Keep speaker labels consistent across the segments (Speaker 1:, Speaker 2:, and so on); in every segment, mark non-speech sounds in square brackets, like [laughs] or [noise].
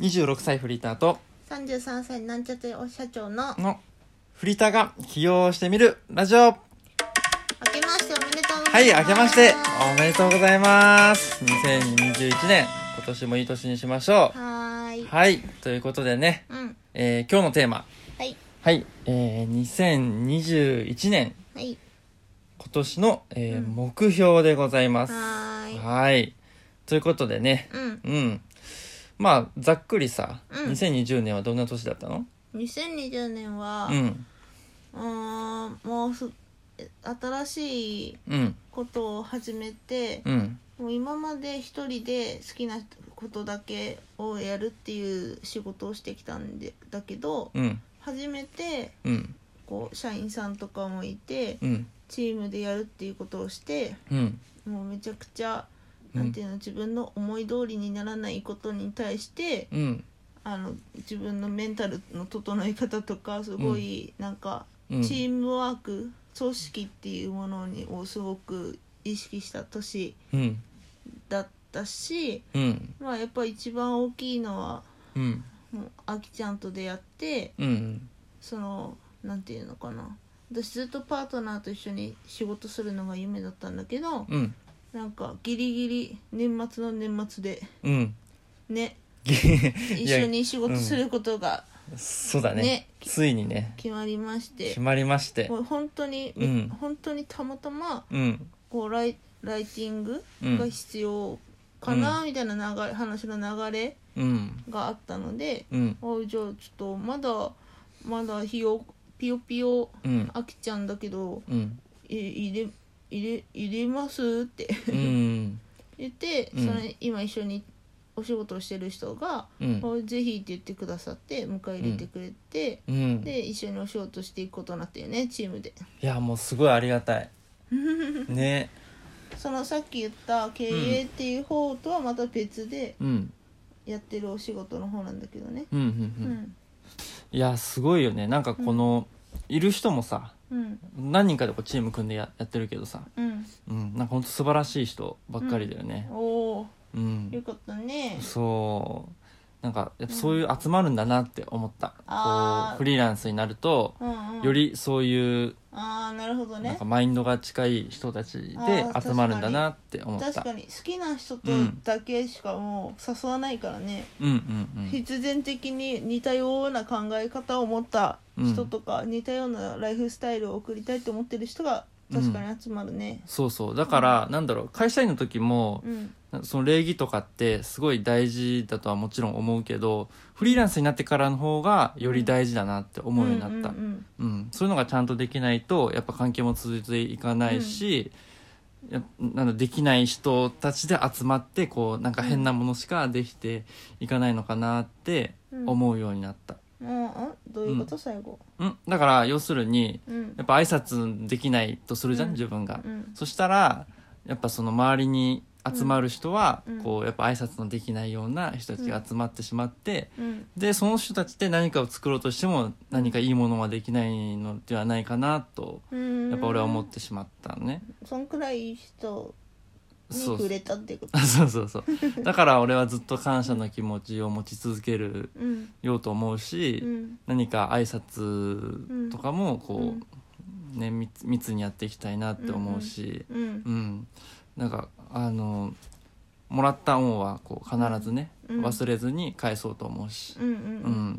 Speaker 1: 26歳フリーターと
Speaker 2: 33歳なんちゃってお社長の明
Speaker 1: のフリーターが起業してみるラジオ
Speaker 2: けましておめでとうござ
Speaker 1: はい
Speaker 2: います
Speaker 1: 明けましておめでとうございます2021年今年もいい年にしましょ
Speaker 2: はー
Speaker 1: う
Speaker 2: い
Speaker 1: はいということでね、
Speaker 2: うん
Speaker 1: えー今日のテーマ
Speaker 2: はい
Speaker 1: はい、えー、2021年
Speaker 2: はい
Speaker 1: 今年の、えー
Speaker 2: うん
Speaker 1: 目標でございます
Speaker 2: はーい
Speaker 1: はいということでね
Speaker 2: うん
Speaker 1: うんまあざっくりさ、
Speaker 2: うん
Speaker 1: 2020年はどんな年だったの
Speaker 2: 2020年は
Speaker 1: うん
Speaker 2: うーんもうす新しい
Speaker 1: うん
Speaker 2: ことを始めて
Speaker 1: うん
Speaker 2: もう今まで一人で好きなことだけをやるっていう仕事をしてきたんでだけど
Speaker 1: うん
Speaker 2: 初めて
Speaker 1: うん
Speaker 2: こう社員さんとかもいて
Speaker 1: うん
Speaker 2: チームでやるっていうことをして
Speaker 1: うん
Speaker 2: もうめちゃくちゃ
Speaker 1: うん
Speaker 2: なんていうの自分の思い通りにならないことに対して
Speaker 1: うん
Speaker 2: あの自分のメンタルの整え方とかすごいなんか
Speaker 1: うん
Speaker 2: チームワーク組織っていうものにをすごく意識した年
Speaker 1: うん
Speaker 2: だったし、
Speaker 1: うん
Speaker 2: まあ、やっぱ一番大きいのは
Speaker 1: うん
Speaker 2: もうあきちゃんと出会って
Speaker 1: うん
Speaker 2: そのなんていうのかな私ずっとパートナーと一緒に仕事するのが夢だったんだけど
Speaker 1: うん
Speaker 2: なんかギリギリ年末の年末で
Speaker 1: うん
Speaker 2: ね
Speaker 1: ぎい
Speaker 2: 一
Speaker 1: や
Speaker 2: 緒に仕事することが
Speaker 1: そうだね
Speaker 2: ね
Speaker 1: ついにね
Speaker 2: 決まりまして
Speaker 1: 決、まりまして
Speaker 2: もう本当に、
Speaker 1: うん
Speaker 2: 本当にたまたま
Speaker 1: うん
Speaker 2: こうライライティング
Speaker 1: うん
Speaker 2: が必要かなみたいな流れ、話の流れ
Speaker 1: うん
Speaker 2: があったので、
Speaker 1: うん
Speaker 2: あじゃあちょっとまだまだひよピヨピヨ
Speaker 1: うん
Speaker 2: あきちゃんだけど
Speaker 1: うん
Speaker 2: い入れ入れ入れますって [laughs]
Speaker 1: うん
Speaker 2: 言って、
Speaker 1: うん
Speaker 2: その今一緒にお仕事をしてる人が
Speaker 1: う
Speaker 2: 「
Speaker 1: ん
Speaker 2: あぜひ」って言ってくださって迎え入れてくれて、
Speaker 1: うん
Speaker 2: で一緒にお仕事していくことになったよねチームで。
Speaker 1: いやもうすごいありがたいね
Speaker 2: そのさっき言った経営っていう方とはまた別で
Speaker 1: うん
Speaker 2: やってるお仕事の方なんだけどね
Speaker 1: うんうん
Speaker 2: う
Speaker 1: うん
Speaker 2: ん
Speaker 1: いやすごいよねなんかこのいる人もさ
Speaker 2: うん
Speaker 1: 何人かでこうチーム組んでややってるけどさ
Speaker 2: うん
Speaker 1: うんなんかほんと素晴らしい人ばっかりだよね
Speaker 2: お
Speaker 1: うん
Speaker 2: およかったね
Speaker 1: そうなんかやっぱそういう集まるんだなって思った、
Speaker 2: あー
Speaker 1: こうフリーランスになると
Speaker 2: うんうん
Speaker 1: よりそういう
Speaker 2: ああなるほど
Speaker 1: なん
Speaker 2: ね
Speaker 1: かマインドが近い人たち
Speaker 2: あ
Speaker 1: で
Speaker 2: ー
Speaker 1: 集まるんだなって思った
Speaker 2: 確かに好きな人と
Speaker 1: うん
Speaker 2: だけしかもう誘わないからね、
Speaker 1: うんうん
Speaker 2: 必然的に似たような考え方を持った人とか、似たようなライフスタイルを送りたいと思ってる人が確かに集まるね
Speaker 1: そうそうだから、なんだろう会社員の時も、
Speaker 2: うん
Speaker 1: その礼儀とかってすごい大事だとはもちろん思うけどフリーランスになってからの方がより大事だなって思うようになった、
Speaker 2: んん
Speaker 1: うん、そういうのがちゃんとできないとやっぱ関係も続いていかないし、やなんだできない人たちで集まってこうなんか変なものしかできていかないのかなって
Speaker 2: うん
Speaker 1: 思うようになった、
Speaker 2: うんうんどういうこと、最後
Speaker 1: うん、だから要するに
Speaker 2: うん
Speaker 1: やっぱ挨拶できないとするじゃん、
Speaker 2: うん
Speaker 1: 自分が、
Speaker 2: うん
Speaker 1: そしたらやっぱその周りに集まる人は、
Speaker 2: うん
Speaker 1: こうやっぱ挨拶のできないような人たちが集まってしまって、
Speaker 2: うん
Speaker 1: でその人たちって何かを作ろうとしても何かいいものはできないのではないかなと
Speaker 2: うん
Speaker 1: やっぱ俺は思ってしまったのね、
Speaker 2: そんくらいいい人に
Speaker 1: そう
Speaker 2: 触れたってこと
Speaker 1: [laughs] そうそうそうだから俺はずっと感謝の気持ちを持ち続ける
Speaker 2: うん
Speaker 1: ようと思うし、
Speaker 2: うん
Speaker 1: 何か挨拶とかもこう、
Speaker 2: うん
Speaker 1: ね密密にやっていきたいなって思うし
Speaker 2: うん
Speaker 1: うん、なんかあのもらった恩はこう必ずね、
Speaker 2: うん
Speaker 1: 忘れずに返そうと思うし、
Speaker 2: うん
Speaker 1: う
Speaker 2: うん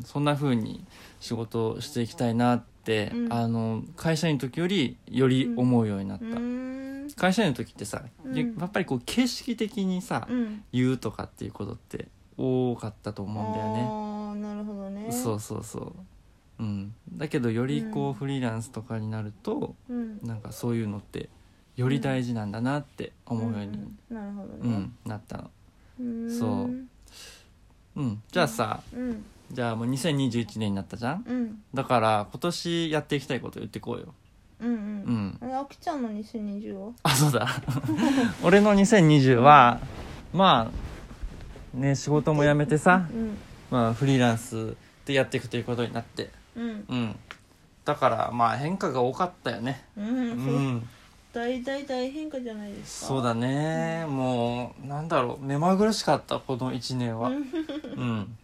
Speaker 1: ん、そんな風に仕事をしていきたいなって、
Speaker 2: うん
Speaker 1: あの会社員の時よりより思うようになっ
Speaker 2: う
Speaker 1: た、
Speaker 2: ーん
Speaker 1: 会社員の時ってさ、
Speaker 2: うん
Speaker 1: ややっぱりこう形式的にさ、
Speaker 2: うん
Speaker 1: 言うとかっていうことって多かったと思うんだよ
Speaker 2: ああなるほど
Speaker 1: ね
Speaker 2: ね
Speaker 1: そうそうそう、うん、だけどよりこう、
Speaker 2: うん
Speaker 1: フリーランスとかになると
Speaker 2: うん
Speaker 1: なんかそういうのってより大事なんだなって思うように、
Speaker 2: んんなるほど
Speaker 1: うん
Speaker 2: ね
Speaker 1: なったの、
Speaker 2: うーん
Speaker 1: そううん、じゃあさ、
Speaker 2: うん
Speaker 1: じゃあもう2021年になったじゃん
Speaker 2: うん
Speaker 1: だから今年やっていきたいこと言ってこうよ
Speaker 2: うん
Speaker 1: う
Speaker 2: うん
Speaker 1: ん
Speaker 2: あれあきちゃんの2020は
Speaker 1: あそう
Speaker 2: [laughs]
Speaker 1: だ俺の2020はまあね仕事も辞めてさ
Speaker 2: う、ん
Speaker 1: まあ、フリーランスでやっていくということになって
Speaker 2: うん
Speaker 1: うんだからまあ変化が多かったよね
Speaker 2: う
Speaker 1: うんん
Speaker 2: 大大大変化じゃないですか
Speaker 1: そうだねもうなんだろう目まぐるしかったこの1年はうん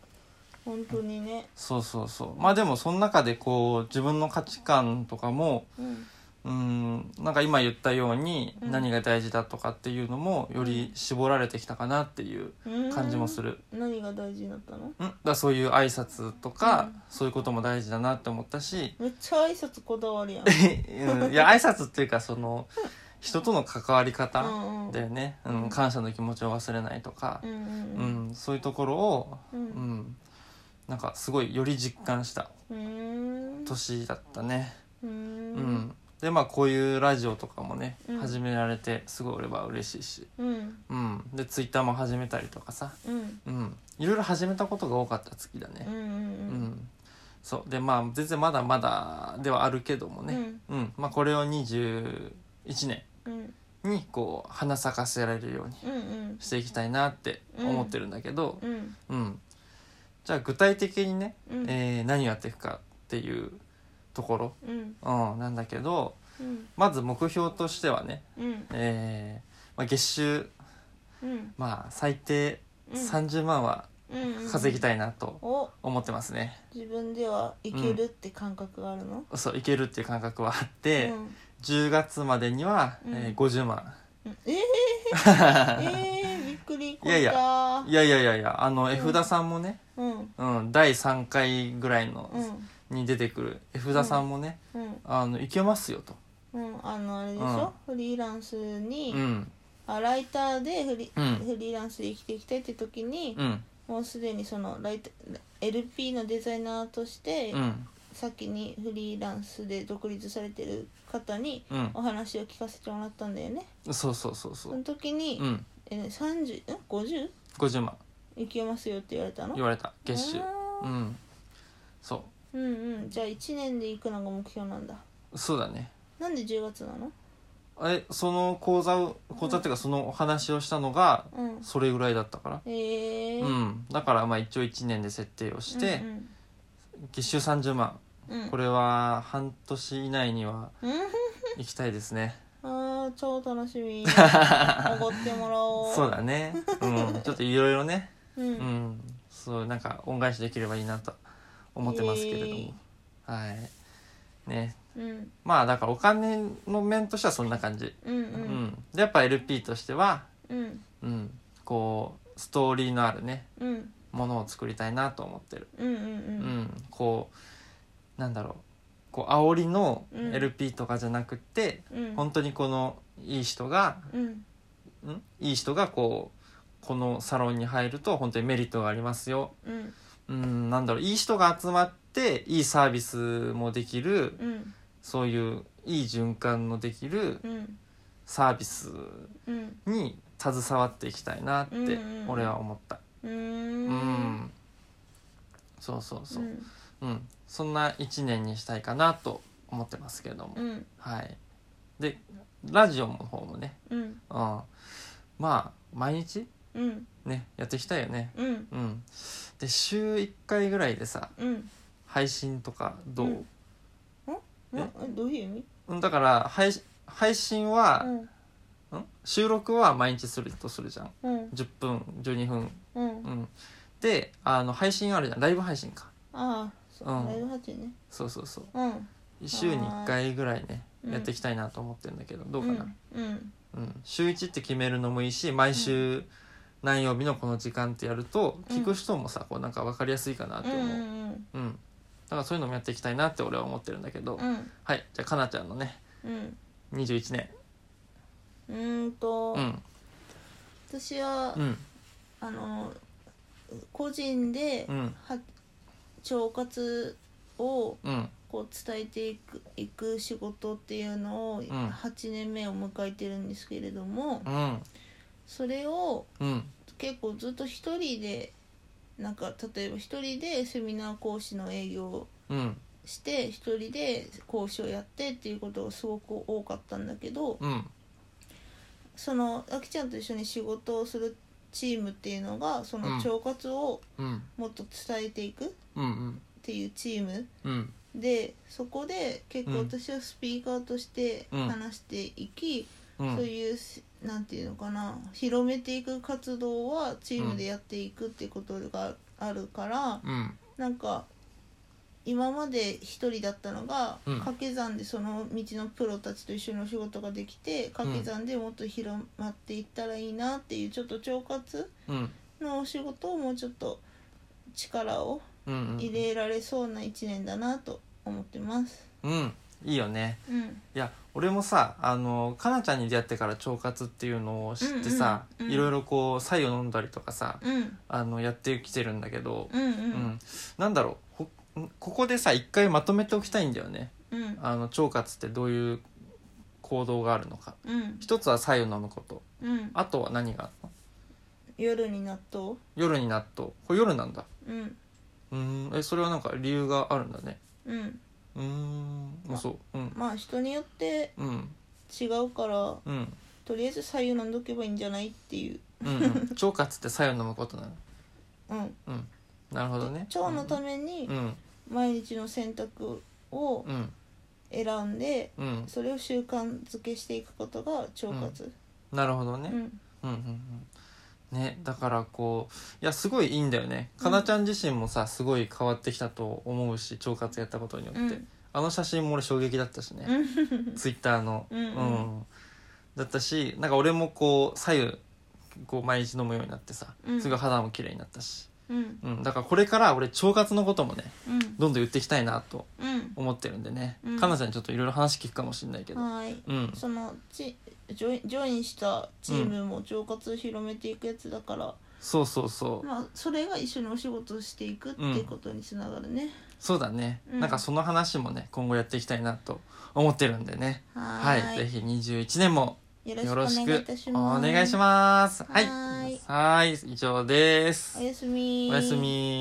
Speaker 2: 本当にね、
Speaker 1: そうそうそうまあでもその中でこう自分の価値観とかも
Speaker 2: うん、
Speaker 1: うんなんか今言ったように
Speaker 2: うん
Speaker 1: 何が大事だとかっていうのもより絞られてきたかなっていう
Speaker 2: うん
Speaker 1: 感じもする、
Speaker 2: 何が大事になったの
Speaker 1: うん、だからそういう挨拶とか、
Speaker 2: う
Speaker 1: そういうことも大事だなって思ったし
Speaker 2: めっちゃ挨拶こだわ
Speaker 1: [laughs]
Speaker 2: りやん
Speaker 1: うんいや挨拶っていうかその人との関わり方
Speaker 2: うんうん
Speaker 1: だよね、う
Speaker 2: うん
Speaker 1: ん、感謝の気持ちを忘れないとか
Speaker 2: う、ん
Speaker 1: う
Speaker 2: うん
Speaker 1: んそういうところを、
Speaker 2: う
Speaker 1: うんん、なんかすごいより実感した
Speaker 2: うん
Speaker 1: 年だったね。
Speaker 2: う
Speaker 1: うん
Speaker 2: ん
Speaker 1: でまあこういうラジオとかもね、
Speaker 2: うん
Speaker 1: 始められてすごい俺は嬉しいし、
Speaker 2: うん
Speaker 1: うん、でツイッターも始めたりとかさ、
Speaker 2: うん
Speaker 1: うん、いろいろ始めたことが多かった月だね。
Speaker 2: うん
Speaker 1: う
Speaker 2: うん
Speaker 1: ん、そうでまあ全然まだまだではあるけどもね、うんまあ、これを21年
Speaker 2: うん
Speaker 1: にこう花咲かせられるように
Speaker 2: うんうん
Speaker 1: していきたいなって思ってるんだけど、
Speaker 2: うん
Speaker 1: うんじゃあ具体的にね、
Speaker 2: うん
Speaker 1: えー何をやっていくかっていうところ、
Speaker 2: うん
Speaker 1: うん、なんだけど
Speaker 2: うん
Speaker 1: まず目標としてはね、
Speaker 2: うん
Speaker 1: えーまあ、月収、
Speaker 2: うん
Speaker 1: まあ、最低
Speaker 2: うん
Speaker 1: 30万は稼ぎ
Speaker 2: い
Speaker 1: たいなと
Speaker 2: お
Speaker 1: 思ってますね。
Speaker 2: 自分ではいけるって感覚があるの
Speaker 1: そういけるっていう感覚はあっ
Speaker 2: う
Speaker 1: て、
Speaker 2: ん
Speaker 1: 10月までには、
Speaker 2: うん
Speaker 1: えー50万
Speaker 2: [laughs] うんえええー、びっくりこ
Speaker 1: いやいや
Speaker 2: や
Speaker 1: いやいやいやいやあの
Speaker 2: ん
Speaker 1: 絵札さんもね、
Speaker 2: うん
Speaker 1: うん、第3回ぐらいの、
Speaker 2: うん
Speaker 1: に出てくる絵札さんもね、
Speaker 2: うん
Speaker 1: あのいけますよと、
Speaker 2: うんあのあれでしょ、フリーランスに、
Speaker 1: うん
Speaker 2: あライターでフリ,、
Speaker 1: うん
Speaker 2: フリーランスで生きていきたいって時に、
Speaker 1: うん
Speaker 2: もうすでにそのライタ LP のデザイナーとして、
Speaker 1: うん
Speaker 2: 先にフリーランスで独立されてる方に
Speaker 1: うん
Speaker 2: お話を聞かせてもらったんだよね
Speaker 1: そうそうそうそ、
Speaker 2: そうの時に、
Speaker 1: うん、
Speaker 2: え30え 50?
Speaker 1: 50万
Speaker 2: いけますよって言われたの
Speaker 1: 言われた月収
Speaker 2: あ
Speaker 1: う
Speaker 2: ー
Speaker 1: んそ
Speaker 2: うんうんじゃあ1年で行くのが目標なんだ
Speaker 1: うそうだね
Speaker 2: なんで10月なの
Speaker 1: えその講座を講座っていうかそのお話をしたのが
Speaker 2: うん
Speaker 1: それぐらいだったから、
Speaker 2: ええー、
Speaker 1: うん、だからまあ一応1年で設定をして、
Speaker 2: うん
Speaker 1: 月収30万
Speaker 2: うん、うん
Speaker 1: これは半年以内には
Speaker 2: うん
Speaker 1: 行きたいですね
Speaker 2: あー超楽
Speaker 1: [laughs]
Speaker 2: しみおごってもらおう
Speaker 1: そうだね、うん、ちょっといろいろね、
Speaker 2: うん、
Speaker 1: うんそうなんか恩返しできればいいなと思ってますけれど
Speaker 2: イエ
Speaker 1: も、はいね
Speaker 2: うん
Speaker 1: まあだからお金の面としてはそんな感じ、
Speaker 2: うんう
Speaker 1: うん
Speaker 2: ん
Speaker 1: でやっぱ LP としては、
Speaker 2: うん
Speaker 1: うん、こうストーリーのあるね
Speaker 2: うんうん
Speaker 1: ものを作りたいなと思ってる、
Speaker 2: うんうん
Speaker 1: うんこうなんだろうこう煽りの
Speaker 2: うん
Speaker 1: LP とかじゃなくて、
Speaker 2: うん
Speaker 1: 本当にこのいい人が
Speaker 2: うん
Speaker 1: んいい人がこうこのサロンに入ると本当にメリットがありますよ
Speaker 2: うん
Speaker 1: うんなんだろういい人が集まっていいサービスもできる
Speaker 2: うん
Speaker 1: そういういい循環のできる
Speaker 2: うん
Speaker 1: サービス
Speaker 2: うん
Speaker 1: に携わっていきたいなっ
Speaker 2: うん
Speaker 1: て
Speaker 2: うんうん
Speaker 1: 俺は思ったう
Speaker 2: う
Speaker 1: んそうそうそううんうんそんな1年にしたいかなと思ってますけども
Speaker 2: うん
Speaker 1: はいでラジオの方もね
Speaker 2: うん
Speaker 1: うんまあ毎日
Speaker 2: うん
Speaker 1: ねやっていきたいよね
Speaker 2: うん
Speaker 1: うんで週1回ぐらいでさ
Speaker 2: うん
Speaker 1: 配信とかどう、
Speaker 2: うんなえどういう意味
Speaker 1: うん、だから配信配信
Speaker 2: う
Speaker 1: は、
Speaker 2: ん
Speaker 1: ん、収録は毎日するとするじゃん
Speaker 2: うん
Speaker 1: 10分12分
Speaker 2: うん
Speaker 1: うんであの配信あるじゃんライブ配信か
Speaker 2: ああそう
Speaker 1: うん
Speaker 2: ライブ配信ね
Speaker 1: そうそうそう
Speaker 2: うん
Speaker 1: 週に1回ぐらいね
Speaker 2: うん
Speaker 1: やっていきたいなと思ってるんだけどどうかな、
Speaker 2: うん
Speaker 1: うん週1って決めるのもいいし毎週何曜日のこの時間ってやると
Speaker 2: うん
Speaker 1: 聞く人もさこうなんか分かりやすいかなって
Speaker 2: うんう
Speaker 1: 思う、
Speaker 2: ん
Speaker 1: うん、だからそういうのもやっていきたいなって俺は思ってるんだけど、
Speaker 2: うんうん
Speaker 1: はいじゃあかなちゃんのね
Speaker 2: うん
Speaker 1: 21年
Speaker 2: うーんと
Speaker 1: うん
Speaker 2: 私は
Speaker 1: うん
Speaker 2: あの個人で
Speaker 1: うん
Speaker 2: は腸活を
Speaker 1: うん
Speaker 2: こう伝えていくいく仕事っていうのを
Speaker 1: ん
Speaker 2: 8年目を迎えてるんですけれども、
Speaker 1: うん
Speaker 2: それを
Speaker 1: うん
Speaker 2: 結構ずっと一人でなんか例えば一人でセミナー講師の営業を
Speaker 1: うん
Speaker 2: して一人で講師をやってっていうことがすごく多かったんだけど
Speaker 1: うん
Speaker 2: そのあきちゃんと一緒に仕事をするチームっていうのがその
Speaker 1: うん
Speaker 2: 腸活を
Speaker 1: うん
Speaker 2: もっと伝えていくっ
Speaker 1: うん
Speaker 2: ていうチーム、
Speaker 1: うん
Speaker 2: でそこで結構
Speaker 1: うん
Speaker 2: 私はスピーカーとして
Speaker 1: うん
Speaker 2: 話していき、
Speaker 1: うんうん
Speaker 2: そういうしなんていうのかな広めていく活動はチームでやっていくっていうことがあるから
Speaker 1: うん
Speaker 2: なんか今まで一人だったのが、
Speaker 1: うん
Speaker 2: 掛け算でその道のプロたちと一緒にお仕事ができて掛け算でもっと広まっていったらいいなっていうちょっと腸活
Speaker 1: うん
Speaker 2: のお仕事をもうちょっと力を
Speaker 1: うん
Speaker 2: 入れられそうな1年だなと思ってます。
Speaker 1: うんいいよね
Speaker 2: うん、
Speaker 1: いや俺もさあのかなちゃんに出会ってから腸活っていうのを知ってさ、
Speaker 2: うんうんうん
Speaker 1: いろいろこう白湯飲んだりとかさ
Speaker 2: うん、
Speaker 1: あのやってきてるんだけど、
Speaker 2: うん、う
Speaker 1: うん
Speaker 2: ん、
Speaker 1: なんだろうほんここでさ一回まとめておきたいんだよね
Speaker 2: うん、
Speaker 1: あの腸活ってどういう行動があるのか
Speaker 2: うん、
Speaker 1: 一つは白湯飲むこと
Speaker 2: うん、
Speaker 1: あとは何があるの
Speaker 2: 夜に納豆。
Speaker 1: 夜に納豆これ夜なんだ
Speaker 2: うん、
Speaker 1: うーんえそれはなんか理由があるんだね
Speaker 2: うん、
Speaker 1: うーんまあそううん
Speaker 2: まあ人によって
Speaker 1: うん
Speaker 2: 違うから、
Speaker 1: うん
Speaker 2: とりあえず白湯飲んどけばいいんじゃないっていう。
Speaker 1: うん、うん、
Speaker 2: [laughs]
Speaker 1: 腸活って白湯飲むことなの
Speaker 2: うん、
Speaker 1: うんなるほどね
Speaker 2: 腸のた
Speaker 1: め
Speaker 2: めに
Speaker 1: うん
Speaker 2: 毎日の選択を
Speaker 1: うん
Speaker 2: 選んで、
Speaker 1: うん
Speaker 2: それを習慣づけしていくことが腸活。
Speaker 1: なるほど
Speaker 2: う
Speaker 1: ね
Speaker 2: ん、
Speaker 1: うんうんうんねだからこういやすごいいいんだよねかなちゃん自身もさすごい変わってきたと思うし腸活やったことによって、
Speaker 2: うん
Speaker 1: あの写真も俺衝撃だったしね、
Speaker 2: うん、
Speaker 1: ツイッターの、
Speaker 2: うんうん
Speaker 1: だったしなんか俺もこう左右こう毎日飲むようになってさ、
Speaker 2: うん
Speaker 1: すごい肌も綺麗になったし、
Speaker 2: うん、
Speaker 1: うん、だからこれから俺腸活のこともね
Speaker 2: うん、
Speaker 1: どんどん言っていきたいなと
Speaker 2: うん、
Speaker 1: 思ってるんでね、
Speaker 2: うん
Speaker 1: かなちゃんにちょっといろいろ話聞くかもしれないけど、
Speaker 2: はーい。
Speaker 1: うん、
Speaker 2: そのチジョイジョインしたチームも腸活を広めていくやつだから、
Speaker 1: そうそうそう
Speaker 2: まあ、それが一緒にお仕事をしていくっていうことにつながるね、
Speaker 1: そうだね、
Speaker 2: うん
Speaker 1: なんかその話もね今後やっていきたいなと思ってるんでね
Speaker 2: は
Speaker 1: は
Speaker 2: ー
Speaker 1: い、ぜひ21年もよ
Speaker 2: よ
Speaker 1: ろ
Speaker 2: ろ
Speaker 1: し
Speaker 2: しくお願い
Speaker 1: く
Speaker 2: いたし
Speaker 1: お
Speaker 2: ます
Speaker 1: 願いしますはい
Speaker 2: はーい
Speaker 1: はーい以上です
Speaker 2: おやすみ
Speaker 1: おやすみ